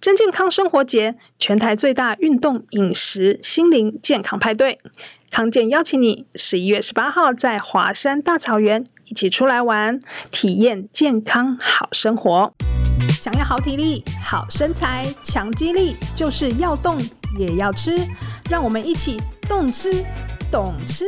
真健康生活节，全台最大运动、饮食、心灵健康派对，康健邀请你十一月十八号在华山大草原一起出来玩，体验健康好生活。想要好体力、好身材、强肌力，就是要动也要吃，让我们一起动吃、懂吃。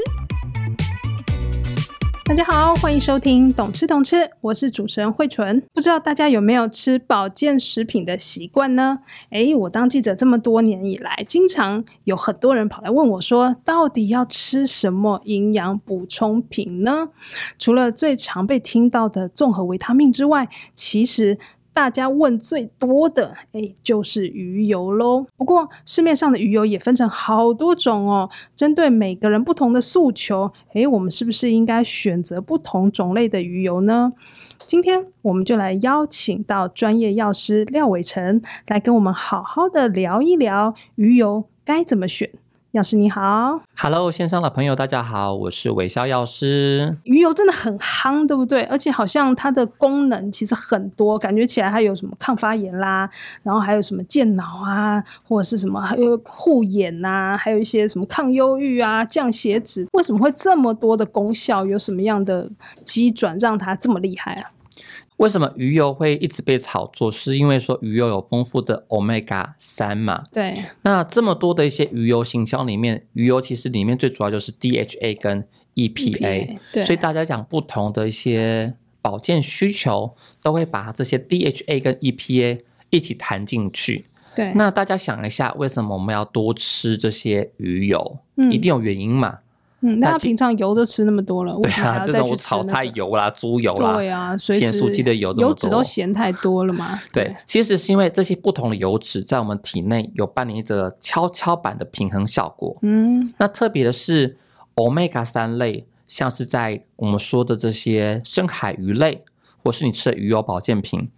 大家好，欢迎收听《懂吃懂吃》，我是主持人慧纯。不知道大家有没有吃保健食品的习惯呢？诶，我当记者这么多年以来，经常有很多人跑来问我说，到底要吃什么营养补充品呢？除了最常被听到的综合维他命之外，其实大家问最多的，哎，就是鱼油喽。不过市面上的鱼油也分成好多种哦，针对每个人不同的诉求，哎，我们是不是应该选择不同种类的鱼油呢？今天我们就来邀请到专业药师廖伟成来跟我们好好的聊一聊鱼油该怎么选。药师你好， Hello，线上的朋友，大家好，我是韦逍药师。鱼油真的很夯，对不对？而且好像它的功能其实很多，感觉起来它有什么抗发炎啦，然后还有什么健脑啊，或者是什么还有护眼呐、还有一些什么抗忧郁啊、降血脂，为什么会这么多的功效？有什么样的机转让它这么厉害啊？为什么鱼油会一直被炒作？是因为说鱼油有丰富的 omega 三嘛？对，那这么多的一些鱼油行销里面，鱼油其实里面最主要就是 DHA 跟 EPA，, E 对所以大家讲不同的一些保健需求，都会把这些 DHA 跟 EPA 一起谈进去。对，那大家想一下，为什么我们要多吃这些鱼油？嗯一定有原因嘛？嗯，那那他其平常油都吃那么多了，为对什么还啊，要这再去吃、那种炒菜个油啦、猪油啦，对啊，随咸时酥鸡的油这么油脂多都咸太多了嘛？对，其实是因为这些不同的油脂在我们体内有扮演着跷跷板的平衡效果。嗯，那特别的是，omega 三类，像是在我们说的这些深海鱼类，或是你吃的鱼油保健品，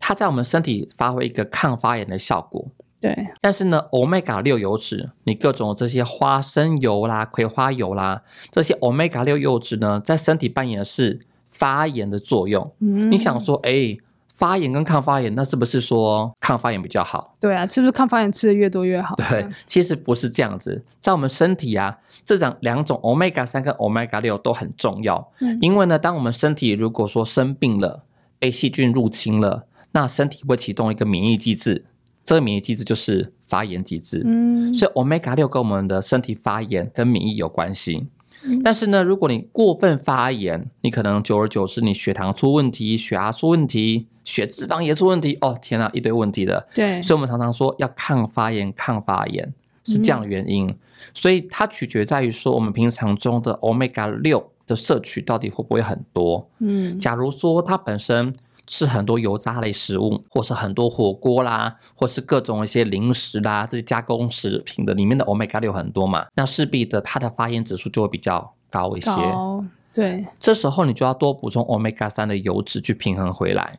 它在我们身体发挥一个抗发炎的效果。对，但是呢，omega 六油脂，你各种这些花生油啦、葵花油啦，这些 omega 六油脂呢，在身体扮演的是发炎的作用。嗯，你想说，哎、发炎跟抗发炎，那是不是说抗发炎比较好？对啊，是不是抗发炎吃的越多越好？对，其实不是这样子。在我们身体啊，这两两种 omega 三跟 omega 六都很重要，嗯因为呢，当我们身体如果说生病了，被细菌入侵了，那身体会启动一个免疫机制，这个免疫机制就是发炎机制。嗯，所以 omega 六跟我们的身体发炎跟免疫有关系嗯。但是呢，如果你过分发炎，你可能久而久之，你血糖出问题、血压出问题、血脂肪也出问题，哦，天啊，一堆问题的。对，所以我们常常说要抗发炎、抗发炎是这样的原嗯因。所以它取决在于说，我们平常中的 omega 六的摄取到底会不会很多？嗯，假如说它本身吃很多油炸类食物，或是很多火锅啦，或是各种一些零食啦，这些加工食品的里面的 omega 六很多嘛，那势必的它的发炎指数就会比较高一些。高，嗯对，这时候你就要多补充 omega 三的油脂去平衡回来。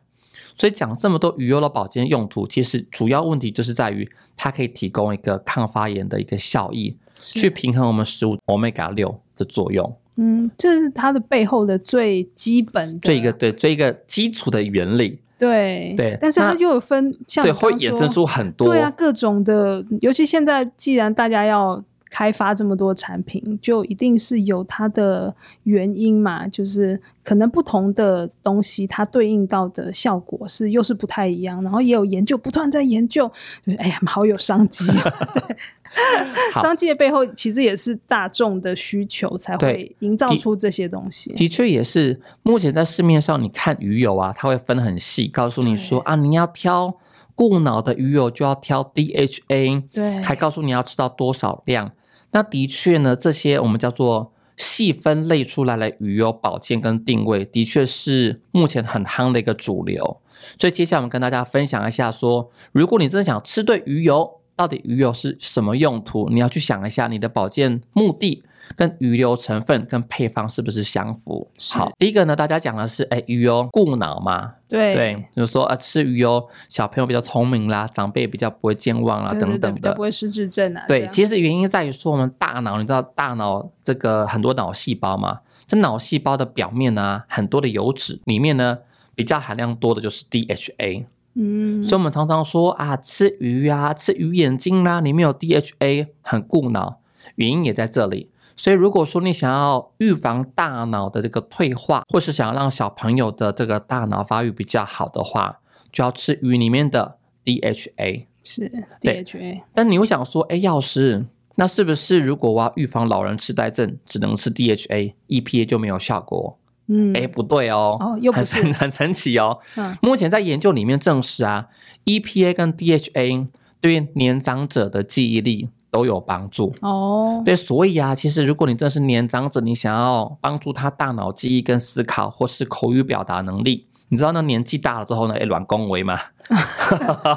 所以讲这么多鱼油的保健用途，其实主要问题就是在于它可以提供一个抗发炎的一个效益，是去平衡我们食物 omega 六的作用。嗯，这是它的背后的最基本的这一个对，这一个基础的原理。对对但是它那又有分，像对，你刚会刚衍说生出很多对啊各种的，尤其现在既然大家要。开发这么多产品，就一定是有它的原因嘛，就是可能不同的东西，它对应到的效果是又是不太一样，然后也有研究不断在研究，就是哎呀，好有商机啊、 好商机的背后其实也是大众的需求才会对营造的出这些东西。的确也是，目前在市面上，你看鱼油啊，它会分很细，告诉你说啊，你要挑固脑的鱼油就要挑 DHA，对，还告诉你要吃到多少量。那的确呢，这些我们叫做细分类出来的鱼油保健跟定位，的确是目前很夯的一个主流。所以接下来我们跟大家分享一下说如果你真的想吃对鱼油，到底鱼油是什么用途？你要去想一下你的保健目的跟鱼油成分跟配方是不是相符。是好，第一个呢，大家讲的是，哎，鱼油固脑嘛，对对，就是说啊，吃鱼油，小朋友比较聪明啦，长辈比较不会健忘啦，对对啊等对，等比较的不。会失智症啊。这对，样其实原因在于说我们大脑，你知道大脑这个很多脑细胞嘛，这脑细啊胞的表面呢、很多的油脂里面呢，比较含量多的就是 DHA，嗯，所以我们常常说啊，吃鱼啊，吃鱼眼睛啦、里面有 DHA，很顾脑，原因也在这里。所以如果说你想要预防大脑的这个退化，或是想要让小朋友的这个大脑发育比较好的话，就要吃鱼里面的 DHA。是对 DHA，但你会想说，哎，药师，那是不是如果我要预防老人痴呆症，只能吃 DHA，EPA E 就没有效果？嗯，哎，不对哦，哦又不很是神 很神奇哦。嗯目前在研究里面证实啊，EPA 跟 DHA 对年长者的记忆力都有帮助。哦，对，所以啊，其实如果你真是年长者，你想要帮助他大脑记忆跟思考，或是口语表达能力，你知道那年纪大了之后呢，哎，软恭维嘛，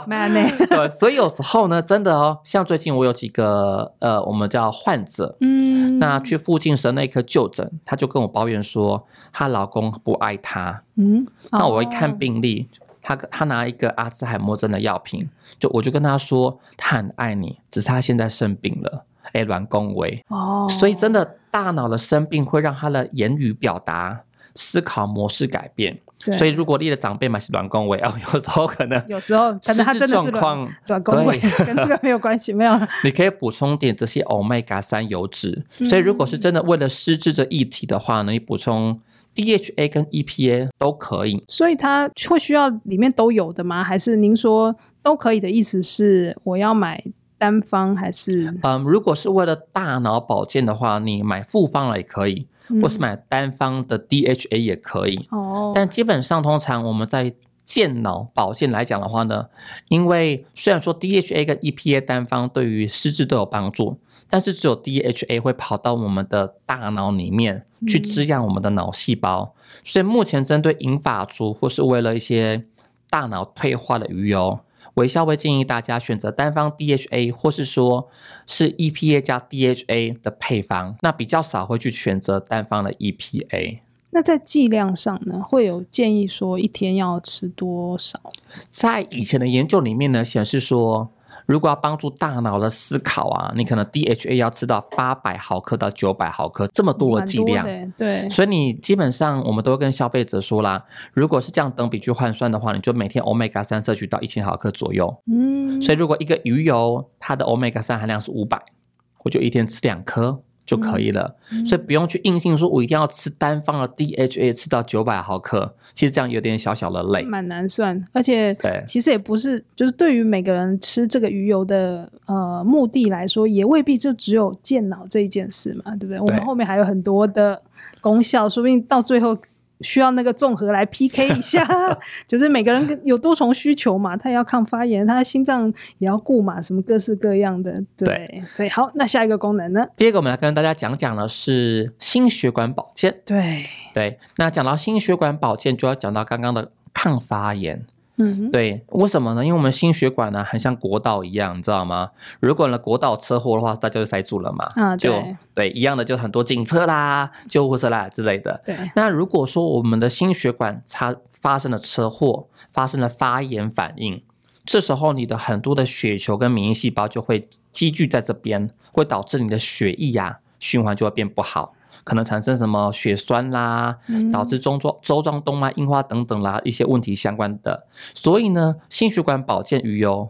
慢呢，对，所以有时候呢，真的哦，像最近我有几个呃，我们叫患者， 嗯，那去附近神内科就诊，她就跟我抱怨说，她老公不爱她。嗯，那我哦一看病历，她她拿一个阿兹海默症的药品，就我就跟她说，她很爱你，只是她现在生病了，哎，软恭维。哦，所以真的，大脑的生病会让他的言语表达、思考模式改变。对所以，如果你的长辈嘛是软恭维哦，有时候可能有时候可能他真的是失智状软况软工位， 跟这个没有关系，没有啦，你可以补充点这些 omega 三油脂。所以，如果是真的为了失智这议题的话呢，你补充 DHA 跟 EPA 都可以。所以它会需要里面都有的吗？还是您说都可以的意思是我要买单方还是嗯，如果是为了大脑保健的话，你买复方了也可以，或嗯是买单方的 DHA 也可以。哦？但基本上，通常我们在健脑保健来讲的话呢，因为虽然说 DHA 跟 EPA 单方对于失智都有帮助，但是只有 DHA 会跑到我们的大脑里面去嗯滋养我们的脑细胞。所以目前针对银发族或是为了一些大脑退化的鱼油。微笑会建议大家选择单方 DHA，或是说是 EPA 加 DHA 的配方，那比较少会去选择单方的 E EPA。那在剂量上呢，会有建议说一天要吃多少？在以前的研究里面呢，显示说，如果要帮助大脑的思考啊，你可能 DHA 要吃到八百毫克到九百毫克这么多的蛮剂量多。的对，所以你基本上我们都会跟消费者说啦，如果是这样等比去换算的话，你就每天 omega 三摄取到一千毫克左右。嗯，所以如果一个鱼油它的 omega 三含量是五百，我就一天吃两颗就可以了。嗯所以不用去硬性说我一定要吃单方的 DHA 吃到九百毫克，其实这样有点小小的累。蛮难算，而且对其实也不是，就是对于每个人吃这个鱼油的呃目的来说，也未必就只有健脑这一件事嘛，对不对？我们后面还有很多的功效，说不定到最后需要那个综合来 PK 一下，就是每个人有多重需求嘛，他也要抗发炎，他心脏也要顾嘛，什么各式各样的，对，对所以好，那下一个功能呢？第二个，我们来跟大家讲讲的是心血管保健。对，对，那讲到心血管保健，就要讲到刚刚的抗发炎。嗯哼，对，为什么呢？因为我们心血管呢、啊很像国道一样，你知道吗？如果呢国道车祸的话，大家就塞住了嘛。啊就对对，一样的，就很多警车啦、救护车啦之类的。对，那如果说我们的心血管它发生了车祸，发生了发炎反应，这时候你的很多的血球跟免疫细胞就会积聚在这边，会导致你的血液呀、循环就会变不好，可能产生什么血栓啦，导致中状周状动脉硬化等等啦一些问题相关的。所以呢，心血管保健鱼油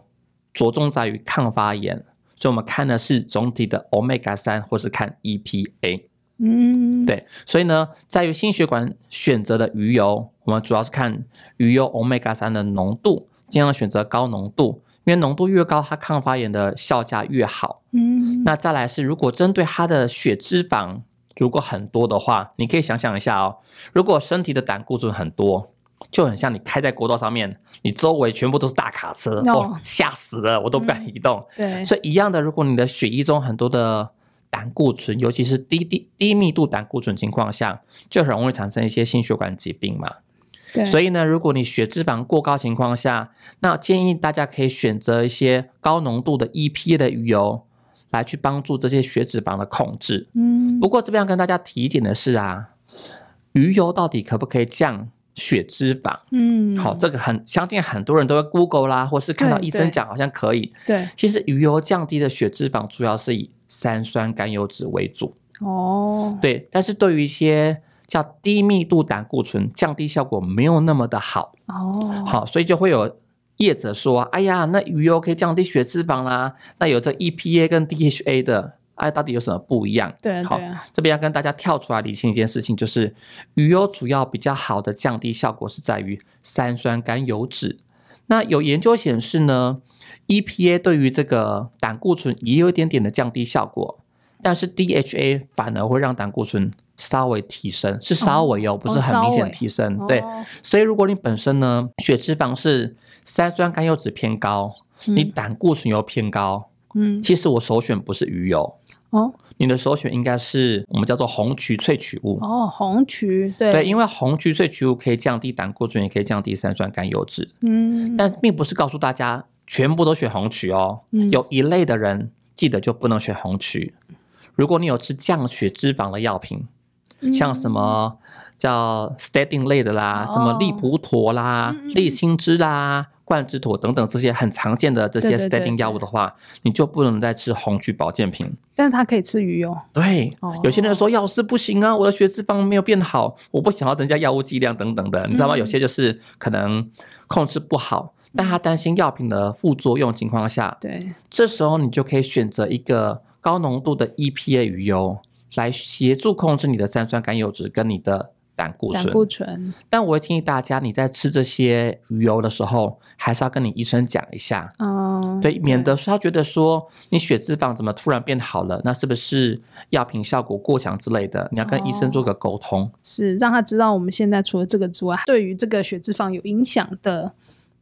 着重在于抗发炎。所以我们看的是总体的 omega 三，或是看 E EPA。嗯，，对，所以呢，在于心血管选择的鱼油，我们主要是看鱼油 omega 三的浓度，尽量选择高浓度，因为浓度越高，它抗发炎的效价越好。嗯，那再来是，如果针对它的血脂肪如果很多的话，你可以想想一下哦，如果身体的胆固醇很多。就很像你开在国道上面，你周围全部都是大卡车，哦哦，吓死了，我都不敢移动。对，所以一样的，如果你的血液中很多的胆固醇，尤其是低低低密度胆固醇情况下，就很容易产生一些心血管疾病嘛。对所以呢，如果你血脂肪过高情况下，那建议大家可以选择一些高浓度的 EPA 的鱼油来去帮助这些血脂肪的控制。嗯，不过这边要跟大家提一点的是啊，鱼油到底可不可以降血脂肪？嗯，好，这个很相信很多人都会 Google 啦，或是看到对医生对讲好像可以，对，其实鱼油降低的血脂肪主要是以三酸甘油脂为主，哦，对。但是对于一些叫低密度胆固醇，降低效果没有那么的好，哦，好，所以就会有业者说，哎呀，那鱼油可以降低血脂肪啦，那有这 EPA 跟 DHA 的，哎、到底有什么不一样？对啊好对啊，这边要跟大家跳出来理清一件事情，就是鱼油主要比较好的降低效果是在于三酸甘油脂。那有研究显示呢，EPA 对于这个胆固醇也有一点点的降低效果，但是 DHA 反而会让胆固醇稍微提升，是稍微哦，不是很明稍微显提升。对，哦所以如果你本身呢血脂肪是三酸甘油脂偏高，你胆固醇又偏高，嗯其实我首选不是鱼油，哦你的首选应该是我们叫做红曲萃取物。哦，红曲对对，因为红曲萃取物可以降低胆固醇，也可以降低三酸甘油脂，嗯但并不是告诉大家全部都选红曲哦。嗯有一类的人记得就不能选红曲。如果你有吃降血脂肪的药品，嗯像什么叫 statin 类的啦，哦什么利普妥啦嗯嗯嗯、利青脂啦、冠之妥等等这些很常见的这些对对对 statin 药物的话，你就不能再吃红曲保健品。但是它可以吃鱼油，对哦，有些人说药师不行啊，我的血脂肪没有变好，我不想要增加药物剂量等等的，你知道吗？嗯有些就是可能控制不好，但他担心药品的副作用情况下，对，这时候你就可以选择一个高浓度的 EPA 鱼油来协助控制你的三酸甘油脂跟你的胆固胆醇。固醇但我会建议大家，你在吃这些鱼油的时候，还是要跟你医生讲一下，嗯对，免得他觉得说你血脂肪怎么突然变好了，那是不是药品效果过强之类的？你要跟医生做哦个沟通。是让他知道我们现在除了这个之外，对于这个血脂肪有影响的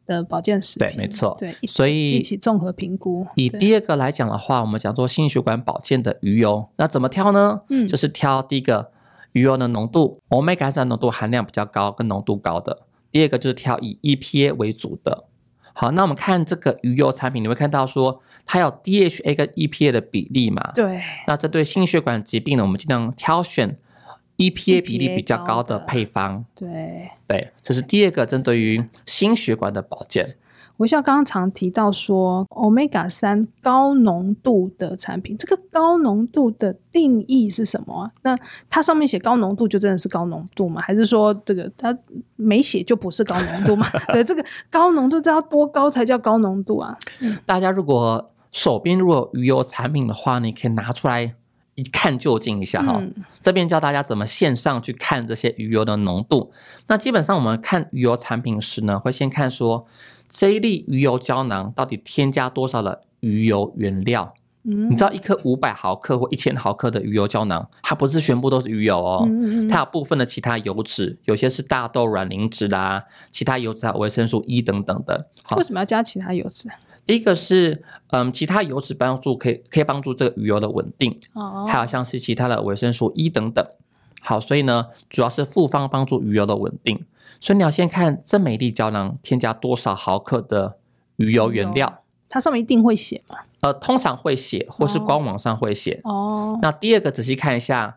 的保健食品，对没错对，所一以起综合评估，以对第二个来讲的话，我们讲做心血管保健的鱼油，那怎么挑呢？嗯就是挑第一个鱼油的浓度，omega 三浓度含量比较高，跟浓度高的；第二个就是挑以 EPA 为主的。好，那我们看这个鱼油产品，你会看到说它有 DHA 跟 EPA 的比例嘛？对那这对心血管疾病呢，我们尽量挑选 EPA 比例比较高 E 高的的配方。对。对，这是第二个针对于心血管的保健。我校刚刚常提到说，omega 三高浓度的产品，这个高浓度的定义是什么啊？那它上面写高浓度就真的是高浓度吗？还是说这个它没写就不是高浓 度吗？对，这个高浓度这要多高才叫高浓度啊？大家如果手边如果有鱼油产品的话，你可以拿出来一看究竟一下哈、嗯这边教大家怎么线上去看这些鱼油的浓度。那基本上我们看鱼油产品时呢，会先看说这一粒鱼油胶囊到底添加多少的鱼油原料。嗯你知道一颗五百毫克或一千毫克的鱼油胶囊，它不是全部都是鱼油哦，嗯嗯嗯它有部分的其他油脂，有些是大豆卵磷脂啦，其他油脂还有维生素 E 等等的。好为，什么要加其他油脂？第一个是嗯，其他油脂帮助可以可以帮助这个鱼油的稳定，哦还有像是其他的维生素 E 等等。好，所以呢，主要是复方帮助鱼油的稳定，所以你要先看这每粒胶囊添加多少毫克的鱼油原料，它上面一定会写嘛？呃，通常会写或是官网上会写。哦，那第二个，仔细看一下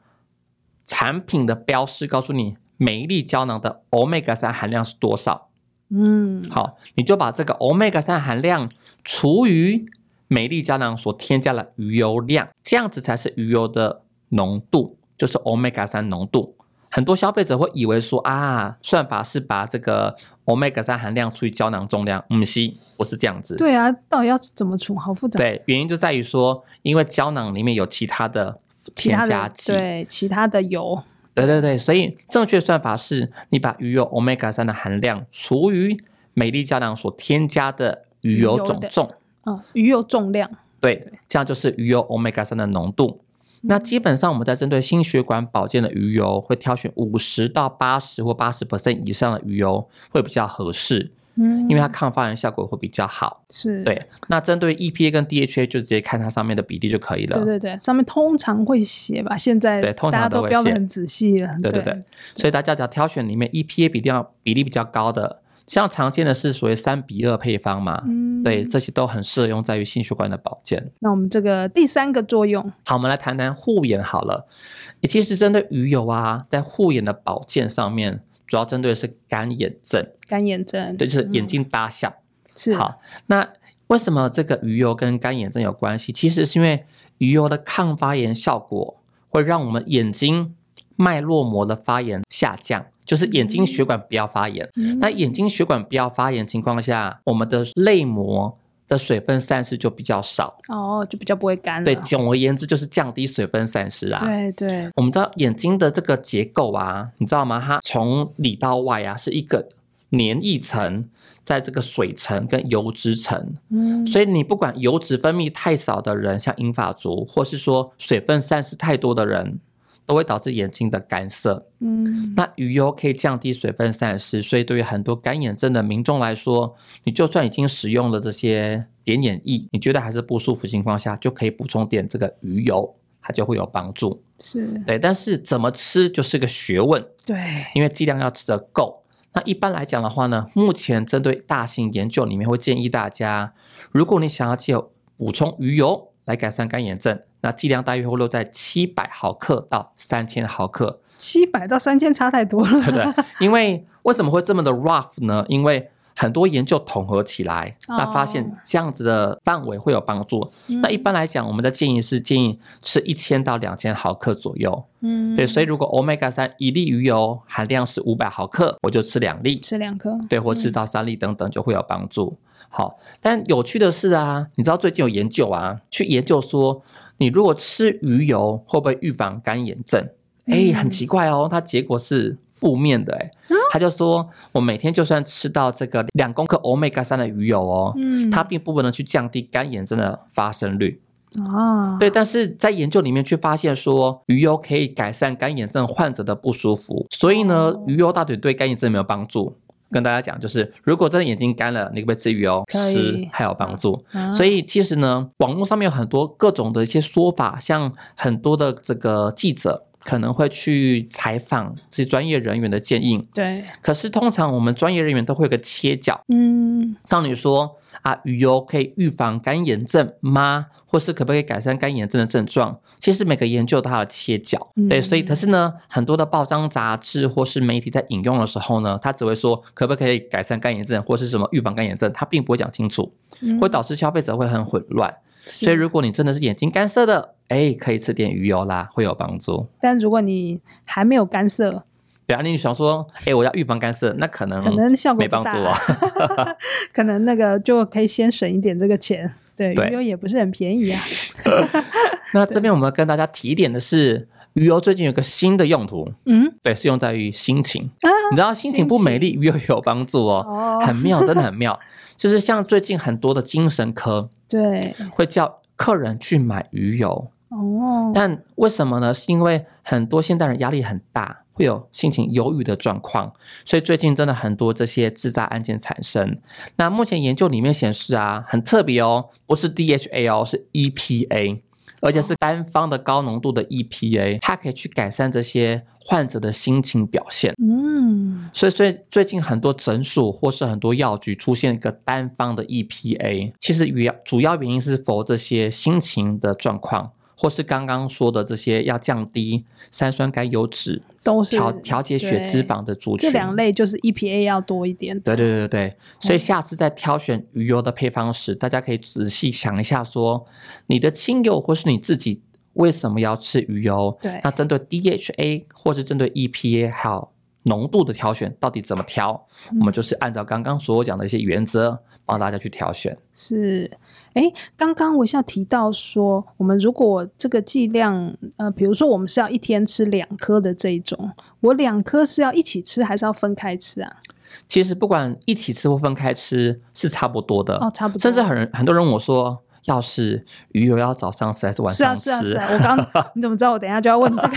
产品的标示，告诉你每一粒胶囊的 omega 三含量是多少。嗯，好，你就把这个 omega 三含量除以每粒胶囊所添加的鱼油量，这样子才是鱼油的浓度，就是 omega 三浓度。很多消费者会以为说啊，算法是把这个 omega 三含量除以胶囊重量，嗯，是不是这样子？对啊，到底要怎么除？好复杂。对，原因就在于说，因为胶囊里面有其他的其添他加的剂，对其他的油，对对对，所以正确算法是你把鱼油 omega 三的含量除以每粒胶囊所添加的鱼油总鱼重，嗯，鱼油重量，对，这样就是鱼油 omega 三的浓度。那基本上我们在针对心血管保健的鱼油，会挑选五十到八十或八十 percent 以上的鱼油会比较合适，嗯，因为它抗发炎效果会比较好。是对，那针对 EPA 跟 DHA 就直接看它上面的比例就可以了。对对对，上面通常会写吧，现在对通常大家都都会标的写很仔细了，对对对，所以大家只要挑选里面 EPA 比例比例比较高的，像常见的是所谓三比二配方嘛，嗯，对，。这些都很适用在于心血管的保健。那我们这个第三个作用，好，我们来谈谈护眼好了。也其实针对鱼油啊，在护眼的保健上面，主要针对的是干眼症，干眼症，对，就是眼嗯睛搭下。是好，那为什么这个鱼油跟干眼症有关系？其实是因为鱼油的抗发炎效果会让我们眼睛脉络膜的发炎下降，就是眼睛血管不要发炎。嗯那眼睛血管不要发炎情况下，我们的泪膜的水分散失就比较少。哦，就比较不会干了。对，总而言之就是降低水分散失啊。对对，我们知道眼睛的这个结构啊，你知道吗？它从里到外啊是一个黏液层，在这个水层跟油脂层，嗯，所以你不管油脂分泌太少的人，像银发族，或是说水分散失太多的人，都会导致眼睛的干涩。嗯，那鱼油可以降低水分散失，所以对于很多干眼症的民众来说，你就算已经使用了这些点眼液，你觉得还是不舒服情况下，就可以补充点这个鱼油，它就会有帮助。是对，但是怎么吃就是个学问，对，因为剂量要吃得够。那一般来讲的话呢，目前针对大型研究里面会建议大家，如果你想要借由补充鱼油来改善干眼症，那剂量大约会落在七百毫克到三千毫克，七百到三千差太多了，对不对？ 因为为什么会这么的 rough 呢？因为很多研究统合起来，那发现哦这样子的范围会有帮助。嗯那一般来讲，我们的建议是建议吃一千到两千毫克左右。嗯，对，所以以如果 omega 三一粒鱼油含量是五百毫克，我就吃两粒，吃两颗，对，或吃到三粒等等就会有帮助。好，但有趣的是啊，你知道最近有研究啊，去研究说你如果吃鱼油会不会预防干眼症？哎，很嗯啊奇怪哦，它结果是负面的哎。他就说，我每天就算吃到这个两公克 omega 三的鱼油哦，嗯，它并不能去降低干眼症的发生率。啊，对，但是在研究里面却发现说，鱼油可以改善干眼症患者的不舒服，所以呢哦，鱼油到底对干眼症有没有帮助？跟大家讲，就是如果真的眼睛干了，你可不可以吃鱼油？可以吃还有帮助。啊，所以其实呢，网络上面有很多各种的一些说法，像很多的这个记者可能会去采访这些专业人员的建议，对，可是通常我们专业人员都会有个切角，嗯，当你说啊，鱼油可以预防干眼症吗？或是可不可以改善干眼症的症状？其实每个研究都有它的切角，嗯对，所以可是呢，很多的报章杂志或是媒体在引用的时候呢，它只会说可不可以改善干眼症或是什么预防干眼症，它并不会讲清楚，嗯会导致消费者会很混乱。是所以如果你真的是眼睛干涩的，哎，可以吃点鱼油啦，会有帮助。但如果你还没有干涉，对啊，你想说，哎，我要预防干涩，那可能可能效果没不帮助大啊。 可能那个就可以先省一点这个钱。对，对鱼油也不是很便宜啊。那这边我们要跟大家提一点的是，鱼油最近有个新的用途，嗯，对，是用在于心情。啊你知道心情不美丽，鱼油也有帮助哦，哦，很妙，真的很妙。就是像最近很多的精神科对，会叫客人去买鱼油，哦，但为什么呢？是因为很多现代人压力很大，会有心情忧郁的状况，所以最近真的很多这些自杀案件产生。那目前研究里面显示啊，很特别哦，不是 DHA 哦，是 EPA，而且是单方的高浓度的 EPA，它可以去改善这些患者的心情表现。嗯，所以，所以最近很多诊所或是很多药局出现一个单方的 EPA，其实原主要原因是否这些心情的状况，或是刚刚说的这些要降低三酸甘油脂、都是调调节血脂肪的族这群。两类嗯就是 EPA 要多一点。对对对对对，所以下次在挑选鱼油的配方时，大家可以仔细想一下说你的亲友或是你自己为什么要吃鱼油？对那针对 DHA 或是针对 EPA 还有浓度的挑选，到底怎么挑？嗯我们就是按照刚刚所讲的一些原则，帮大家去挑选。是，哎，刚刚我是要提到说，我们如果这个剂量，呃，比如说我们是要一天吃两颗的这一种，我两颗是要一起吃还是要分开吃啊？其实不管一起吃或分开吃是差不多的，哦，差不多。甚至很很多人问我说，要是鱼油要早上吃还是晚是啊上是吃？啊是啊，我刚 你怎么知道我等一下就要问这个？啊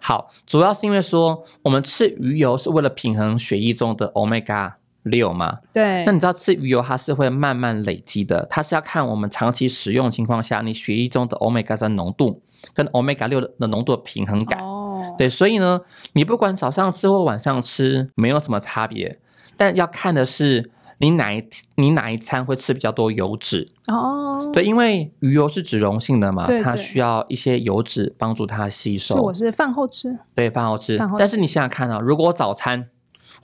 好，主要是因为说我们吃鱼油是为了平衡血液中的 omega 六嘛。对 那，你知道吃鱼油它是会慢慢累积的，它是要看我们长期使用的情况下，你血液中的 omega 三浓度跟 omega 六的浓度的平衡感。哦，对，所以呢，你不管早上吃或晚上吃，没有什么差别，但要看的是你哪一你哪一餐会吃比较多油脂。哦，对，因为鱼油是脂溶性的嘛，对它对需要一些油脂帮助它吸收。所以我是饭后吃，对，饭后吃。饭后吃但是你想想看啊，如果我早餐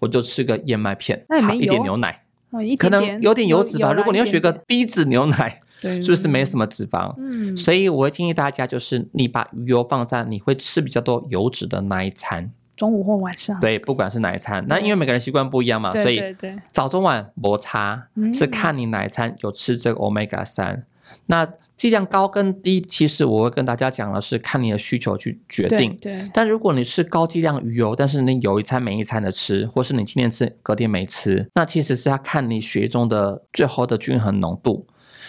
我就吃个燕麦片，那也好没一点油牛奶，哦，一可点点能有点油脂吧。啦如果你要一学点个点低脂牛奶，对是不是没什么脂肪？嗯，所以我会建议大家，就是你把鱼油放在你会吃比较多油脂的那一餐，中午或晚上，对，不管是哪一餐。那因为每个人习惯不一样嘛，对所对以对早中晚摩擦嗯是看你哪一餐有吃这个 omega 三。那剂量高跟低，其实我会跟大家讲的是看你的需求去决对定。对，但如果你是高剂量鱼油，但是你有一餐没一餐的吃，或是你今天吃隔天没吃，那其实是要看你血液中的最后的均衡浓度。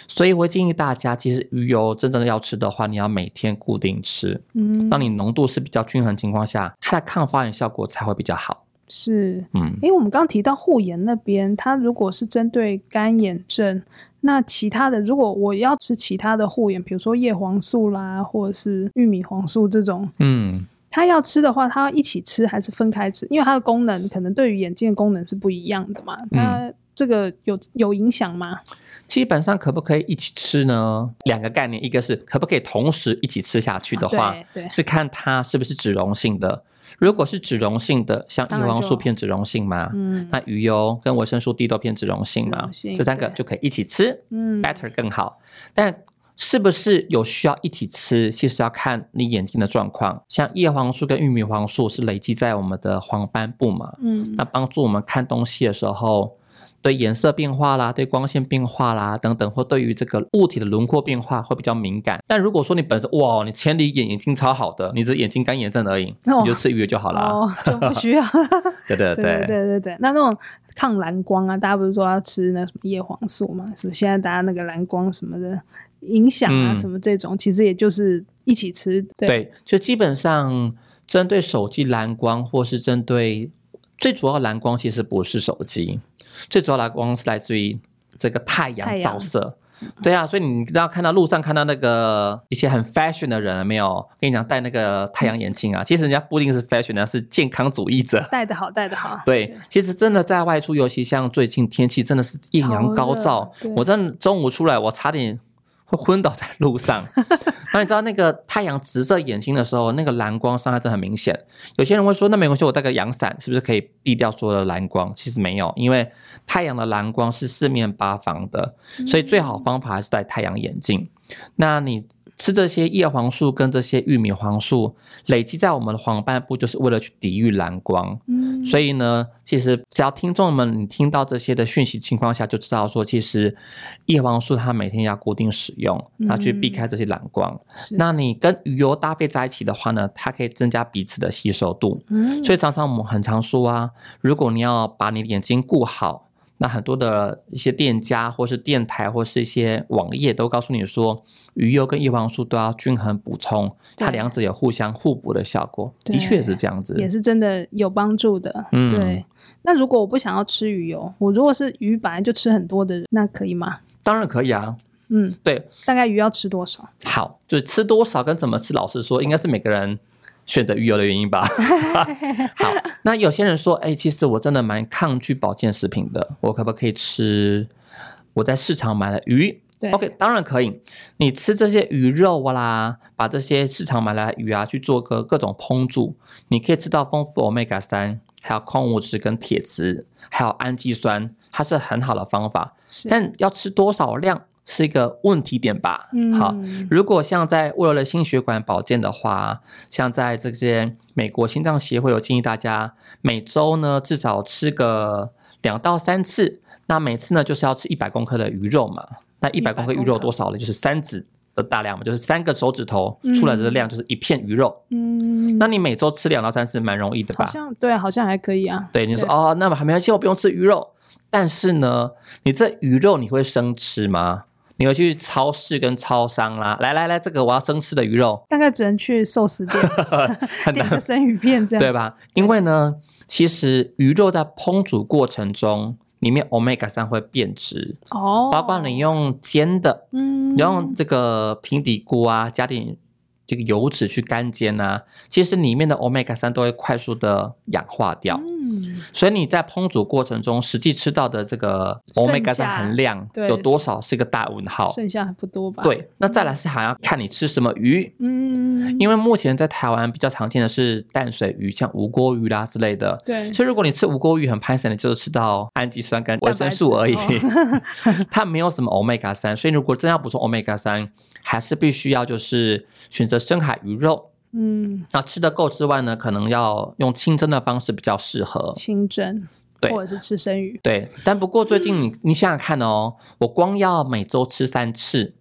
所以我会建议大家，其实鱼油真正的要吃的话，你要每天固定吃。嗯，当你浓度是比较均衡的情况下，它的抗发炎效果才会比较好。是，嗯，因为我们刚刚提到护眼那边，它如果是针对干眼症，那其他的如果我要吃其他的护眼，比如说叶黄素啦，或者是玉米黄素这种，嗯，它要吃的话，它要一起吃还是分开吃？因为它的功能可能对于眼睛的功能是不一样的嗯嘛，它这个有有影响吗？基本上可不可以一起吃呢？两个概念，一个是可不可以同时一起吃下去的话，啊对对是看它是不是脂溶性的。如果是脂溶性的，像叶当然黄就素片脂溶性吗？嗯那鱼油跟维生素 D 都偏脂溶性脂嘛溶，性这三个对就可以一起吃、嗯 b e t t e r 更好。但是不是有需要一起吃，其实要看你眼睛的状况。像叶黄素跟玉米黄素是累积在我们的黄斑部嘛，嗯那帮助我们看东西的时候，对颜色变化啦、对光线变化啦等等，或对于这个物体的轮廓变化会比较敏感。但如果说你本身哇，你千里眼眼睛超好的，你只是眼睛干眼症而已， 哦你就吃鱼油就好啦。哦，就不 需要。对对对对对对对，那那种抗蓝光啊，大家不是说要吃那什么叶黄素嘛？是不是现在大家那个蓝光什么的影响啊，嗯什么这种，其实也就是一起吃。对，对，就基本上针对手机蓝光，或是针对最主要蓝光其实不是手机，最主要蓝光是来自于这个太太阳阳照射。对啊，所以你知道看到路上看到那个一些很 fashion 的人没有？跟你讲戴那个太阳眼镜啊，其实人家不一定是 fashion，人家是健康主义者。带的好，带的好。对，其实真的在外出，尤其像最近天气真的是艳阳高照超热对，我真的中午出来，我差点会昏倒在路上。 那你知道那个太阳直射眼睛的时候，那个蓝光伤害真的很明显。有些人会说，那没关系，我带个阳伞是不是可以避掉所有的蓝光？其实没有，因为太阳的蓝光是四面八方的，嗯所以最好方法还是戴太阳眼镜。那你吃这些叶黄素跟这些玉米黄素累积在我们的黄斑部，就是为了去抵御蓝光。嗯，所以呢，其实只要听众们你听到这些的讯息情况下，就知道说，其实叶黄素它每天要固定使用，它去避嗯开这些蓝光。是那你跟鱼油搭配在一起的话呢，它可以增加彼此的吸收度。嗯，所以常常我们很常说啊，如果你要把你的眼睛顾好，那很多的一些店家或是电台或是一些网页都告诉你说，鱼油跟叶黄素都要均衡补充，它对两者有互相互补的效果。对的确是这样子，也是真的有帮助的。嗯对。那如果我不想要吃鱼油，我如果是鱼本来就吃很多的人，那可以吗？当然可以啊。嗯，对，大概鱼要吃多少？好，就是吃多少跟怎么吃，老实说，应该是每个人选择鱼油的原 因吧。好，那有些人说，哎、其实我真的蛮抗拒保健食品的，我可不可以吃我在市场买的鱼对？OK，当然可以。你吃这些鱼肉啊啦，把这些市场买来的鱼啊去做个各种烹煮，你可以吃到丰富 omega 三，还有矿物质跟铁质，还有氨基酸，它是很好的方法。是但要吃多少量是一个问题点吧。嗯好，如果像在为了心血管保健的话，像在这些美国心脏协会有建议大家每周呢至少吃个两到三次，那每次呢就是要吃一百公克的鱼肉嘛。那一百公克鱼肉多少呢？就是三指的大量嘛，就是三个手指头出来的量就是一片鱼肉。嗯，那你每周吃两到三次，蛮容易的好吧？像对，好像还可以啊。对，你就说对哦，那么还没关系，我不用吃鱼肉。但是呢，你这鱼肉你会生吃吗？你会去超市跟超商啦，来来来，这个我要生吃的鱼肉，大概只能去寿司店 很点难个生鱼片这样。对吧？因为呢，其实鱼肉在烹煮过程中，里面 omega 三会变质，哦，包括你用煎的，嗯，你用这个平底锅啊，加点这个油脂去干煎啊，其实里面的 omega 三都会快速的氧化掉。嗯嗯，所以你在烹煮过程中实际吃到的这个剩 omega 下三含量对有多少是一个大问号。剩下还不多吧？，对，那再来是还要看你吃什么鱼，嗯，因为为目前在台湾比较常见的是淡水鱼，像无锅鱼啦之类的。对所以如果你吃无锅鱼，很拍省，你就是吃到氨基酸跟维生素而已，蛋白质哦 它没有什么 omega 三。所以如果真要补充 omega 三，还是必须要就是选择深海鱼肉。嗯，那吃得够之外呢，可能要用清蒸的方式比较适合。清蒸，对或者是吃生鱼，对，但不过最近你你想想看哦，我光要每周吃三次，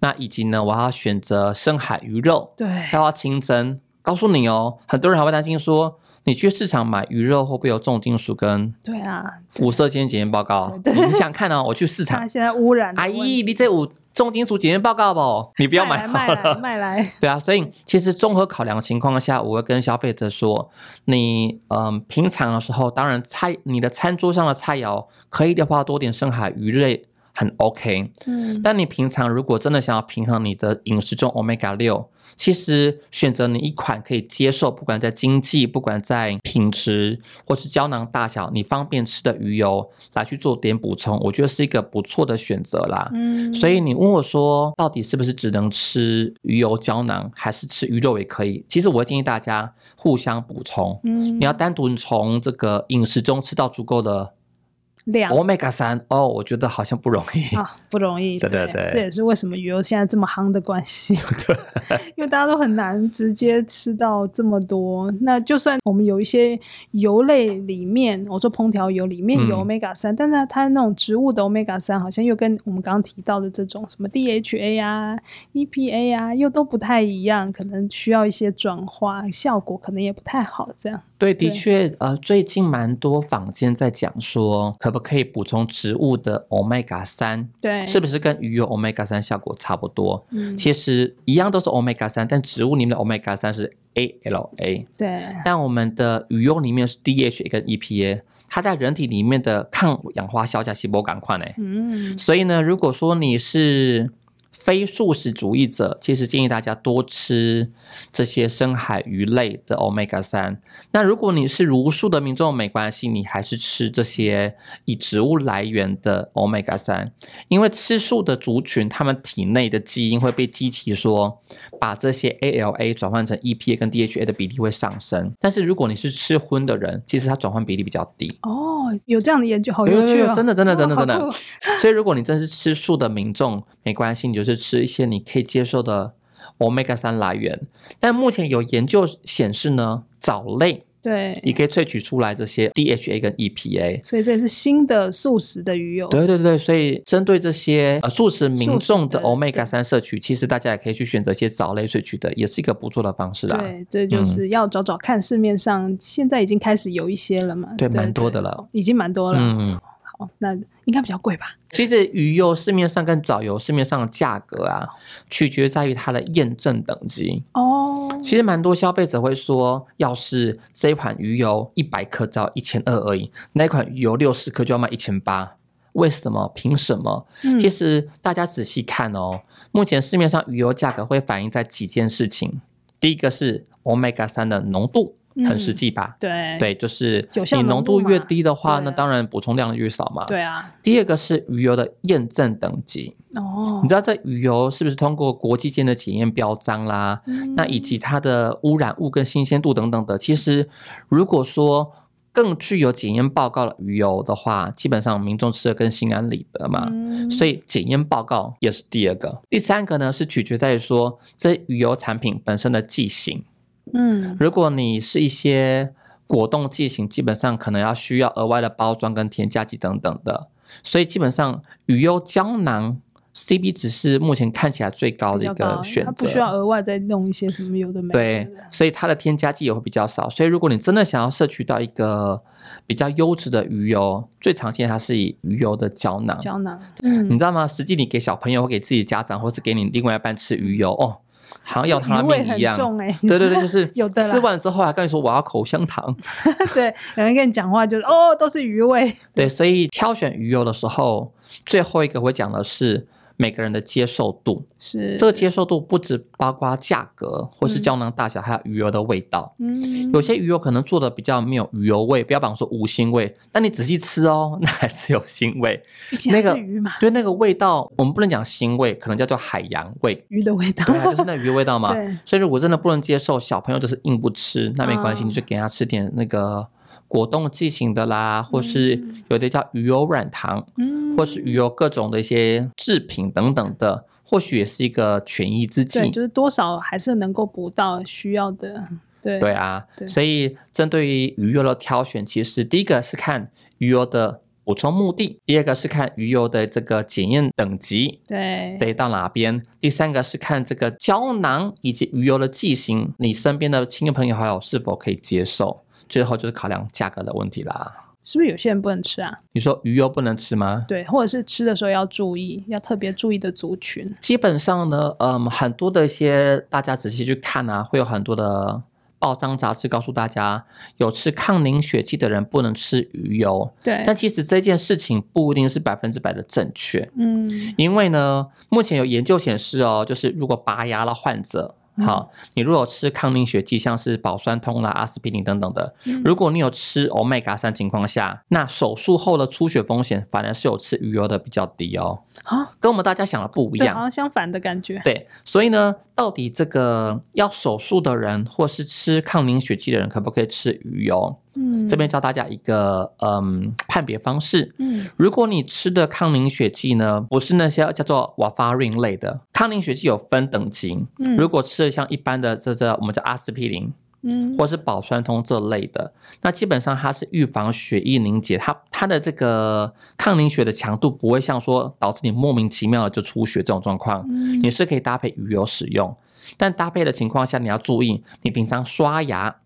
那以及呢，我还要选择深海鱼肉， 对，还要清蒸。告诉你哦，很多人还会担心说，你去市场买鱼肉会不会有重金属跟对啊，辐射检检验报告？你对对你想看哦，我去 市它场，现在污染的阿问题，姨，你这有重金属检验报告不？你不不要买卖好来了。卖来，对啊，所以其实综合考量的情况下，我会跟消费者说，你嗯平常的时候，当然菜你的餐桌上的菜肴可以的话多点深海鱼类很 OK，嗯， 但你平常如果真的想要平衡你的饮食中 omega 六，其实选择你一款可以接受，不管在经济、不管在品质或是胶囊大小，你方便吃的鱼油来去做点补充，我觉得是一个不错的选择啦。嗯，所以你问我说，到底是不是只能吃鱼油胶囊，还是吃鱼肉也可以？其实我会建议大家互相补充。嗯，你要单独从这个饮食中吃到足够的量 omega 三哦，我觉得好像不容易。 啊，不容易。对对对这也是为什么鱼油现在这么夯的关 系。 因为大家都很难直接吃到这么多。那就算我们有一些油类里面，我说烹调油里面有嗯 omega 三、但是它那种植物的 omega 三好像又跟我们刚刚提到的这种什么 DHA 啊、EPA 啊，又都不太一样，可能需要一些转化，效果可能也不太好。这样，对，的对确，呃，最近蛮多坊间在讲说，可不可以补充植物的 omega 三，对，是不是跟鱼油 omega 三效果差不多？哎嗯，其实一样都是 omega 三，但植物里面的 omega 三是 ALA，对，但我们的鱼油里面是 DHA 跟 EPA，它在人体里面的抗氧化效价是不赶快呢。嗯，所以呢，如果说你是非素食主义者，其实建议大家多吃这些深海鱼类的 omega 三。那如果你是茹素的民众，没关系，你还是吃这些以植物来源的 omega 三，因为吃素的族群，他们体内的基因会被激起说，把这些 ALA 转换成 EPA 跟 DHA 的比例会上升。但是如果你是吃荤的人，其实它转换比例比较低。哦，有这样的研究，好有有趣有哦，真的真的真的哇真的好酷所以如果你真是吃素的民众，没关系，你就是吃一些你可以接受的 omega 三来源。但目前有研究显示呢，藻类对，也可以萃取出来这些 DHA 跟 EPA。所以这也是新的素食的鱼油。对对对，所以针对这些呃素食民众素的食的 omega 三摄取，其实大家也可以去选择一些藻类萃取的，也是一个不错的方式啦。嗯对，这就是要找找看市面上现在已经开始有一些了嘛。对蛮多的了，对已经蛮多了。嗯，好，那应该比较贵吧？其实鱼油市面上跟藻油市面上的价格啊，取决在于它的验证等级。哦，其实蛮多消费者会说，要是这一款鱼油一百克只要一千二而已，那一款鱼油六十克就要卖一千八，为什么？凭什么？其嗯，实大家仔细看哦，目前市面上鱼油价格会反映在几件事情。第一个是 omega 三的浓度，很实际吧？嗯对对，就是有效你浓浓度度越嘛低的话，对那啊当然补充量越少嘛。。对啊，第二个是鱼油的验证等级，哦你，知道这鱼油是不是通过国际间的检验标章啦， 嗯那以及它的污染物跟新鲜度等等的，其实如果说更具有检验报告的鱼油的话，基本上民众吃的更心安理得嘛。嗯所以检验报告也是第二个，第三个呢是取决在于说这鱼油产品本身的剂型。嗯，如果你是一些果冻剂型，基本上可能要需要额外的包装跟添加剂等等的。所以基本上鱼油胶囊 CB 值是目前看起来最高比的一较个高，选择，它不需要额外再弄一些什么有的没对的。，所以它的添加剂也会比较少。所以如果你真的想要摄取到一个比较优质的鱼油，最常见它是以鱼油的胶囊。胶囊，你嗯，知道吗？实际你给小朋友或给自己家长，或是给你另外一半吃鱼油，哦，好像要他余的味命很一样。重哎，对对对，就是 有的啦吃完之后还跟你说我要口 香糖。对，有人跟你讲话就是哦，都是鱼味，对，所以挑选鱼油的时候，最后一个会讲的是每个人的接受度。是这个接受度不只包括价格，或是嗯胶囊大小，还有鱼油的味道。嗯有些鱼油可能做的比较没有鱼油味，不要讲说无腥味，但你仔细吃哦， 那还是有腥味。毕竟还那个是鱼嘛，。对那个味道，我们不能讲腥味，可能叫做海洋味 鱼的味道。对啊，就是那鱼的味道嘛对。所以如果真的不能接受，小朋友就是硬不吃，那没关系，嗯你就给他吃点那个果冻剂型的啦，或是嗯有的叫鱼油软糖，嗯或是鱼油各种的一些制品等等的，或许也是一个权宜之计对，。就是多少还是能够补到需要的。对对啊，对所以针对于鱼油的挑选，其实第一个是看鱼油的补充目的，第二个是看鱼油的这个检验等级对得到哪边，第三个是看这个胶囊以及鱼油的剂型，你身边的亲戚朋友好友是否可以接受，最后就是考量价格的问题啦。是不是有些人不能吃啊？你说鱼油不能吃吗？对，或者是吃的时候要注意，要特别注意的族群。基本上呢，嗯，很多的一些大家仔细去看啊，会有很多的报章杂志告诉大家，有吃抗凝血剂的人不能吃鱼油。对，但其实这件事情不一定是百分之百的正确，嗯，因为呢，目前有研究显示哦，就是如果拔牙了患者。嗯好，你如果有吃抗凝血剂，像是保酸通啦、阿司匹林等等的，嗯如果你有吃 omega 三情况下，那手术后的出血风险反而是有吃鱼油的比较低哦，啊，跟我们大家想的不一对，啊样好。像相反的感觉。对，所以呢，到底这个要手术的人，或是吃抗凝血剂的人，可不可以吃鱼油？嗯，这边教大家一个嗯判别方式。嗯如果你吃的抗凝血剂呢，不是那些叫做瓦法林类的抗凝血剂，有分等级。嗯，如果吃的像一般的这这我们叫阿司匹林嗯或是保酸通这类的，那基本上它是预防血液凝结，它它的这个抗凝血的强度不会像说导致你莫名其妙的就出血这种状况。嗯你是可以搭配鱼油使用，但搭配的情况下，你要注意，你平常刷牙，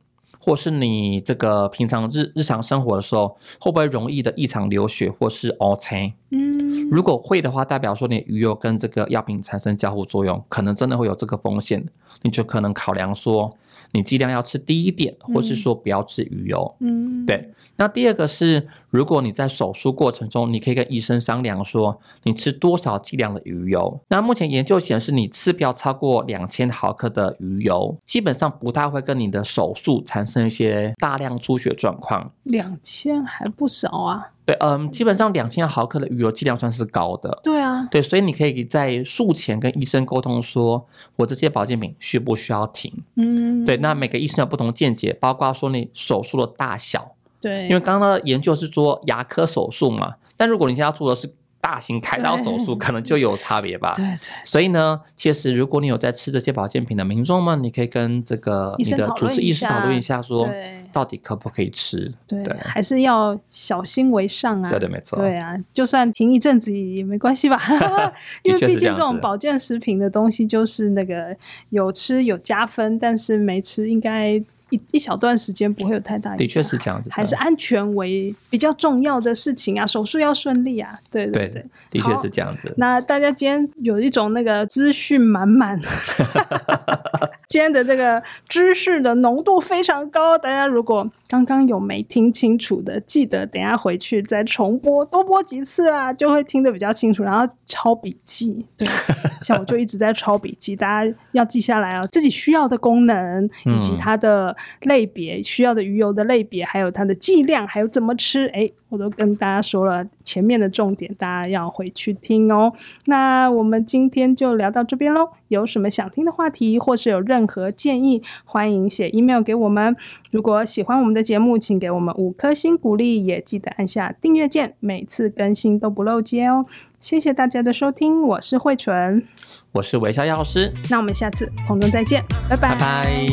或是你这个平常日日常生活的时候，会不会容易的异常流血或是 O 青？嗯如果会的话，代表说你鱼油跟这个药品产生交互作用，可能真的会有这个风险，你就可能考量说，你剂量要吃低一点，或是说不要吃鱼油。嗯对那第二个是，如果你在手术过程中，你可以跟医生商量说你吃多少剂量的鱼油。那目前研究显示，你吃不要超过两千毫克的鱼油，基本上不太会跟你的手术产生一些大量出血状况。两千还不少啊。对，嗯，基本上两千毫克的鱼油剂量算是高的。对啊，对，所以你可以在术前跟医生沟通说，我这些保健品需不需要停？嗯，对，那每个医生有不同见解，包括说你手术的大小，对，因为刚刚的研究是说牙科手术嘛，但如果你现在要做的是大型开刀手术，对可能就有差别吧。对对所以呢，其实如果你有在吃这些保健品的民众们，你可以跟这个医你生的讨主论治一医师下讨论一下说对到底可不可以吃。对对，还是要小心为上啊。对对，没错。对啊，就算停一阵子也没关系 吧， 因为的确毕是这竟样这种子保健食品的东西就是那个有吃有加分，但是没吃应该一一小段时间不会有太大影响。的确是这样子的，还是安全为比较重要的事情啊，手术要顺利啊，对对，对。的确好是这样子。那大家今天有一种那个资讯满 满，今天的这个知识的浓度非常高。大家如果刚刚有没听清楚的，记得等一下回去再重播，多播几次啊，就会听得比较清楚。然后抄笔记， 对，像我就一直在抄笔记，大家要记下来哦，自己需要的功能以及嗯它的类别，需要的鱼油的类别，还有它的剂量，还有怎么吃，哎，我都跟大家说了前面的重点，大家要回去听哦。那我们今天就聊到这边喽。有什么想听的话题，或是有任何建议，欢迎写 email 给我们。如果喜欢我们的节目，请给我们五颗星鼓励，也记得按下订阅键，每次更新都不漏接哦。谢谢大家的收听，我是慧纯，我是微笑药师，那我们下次空中再见，拜拜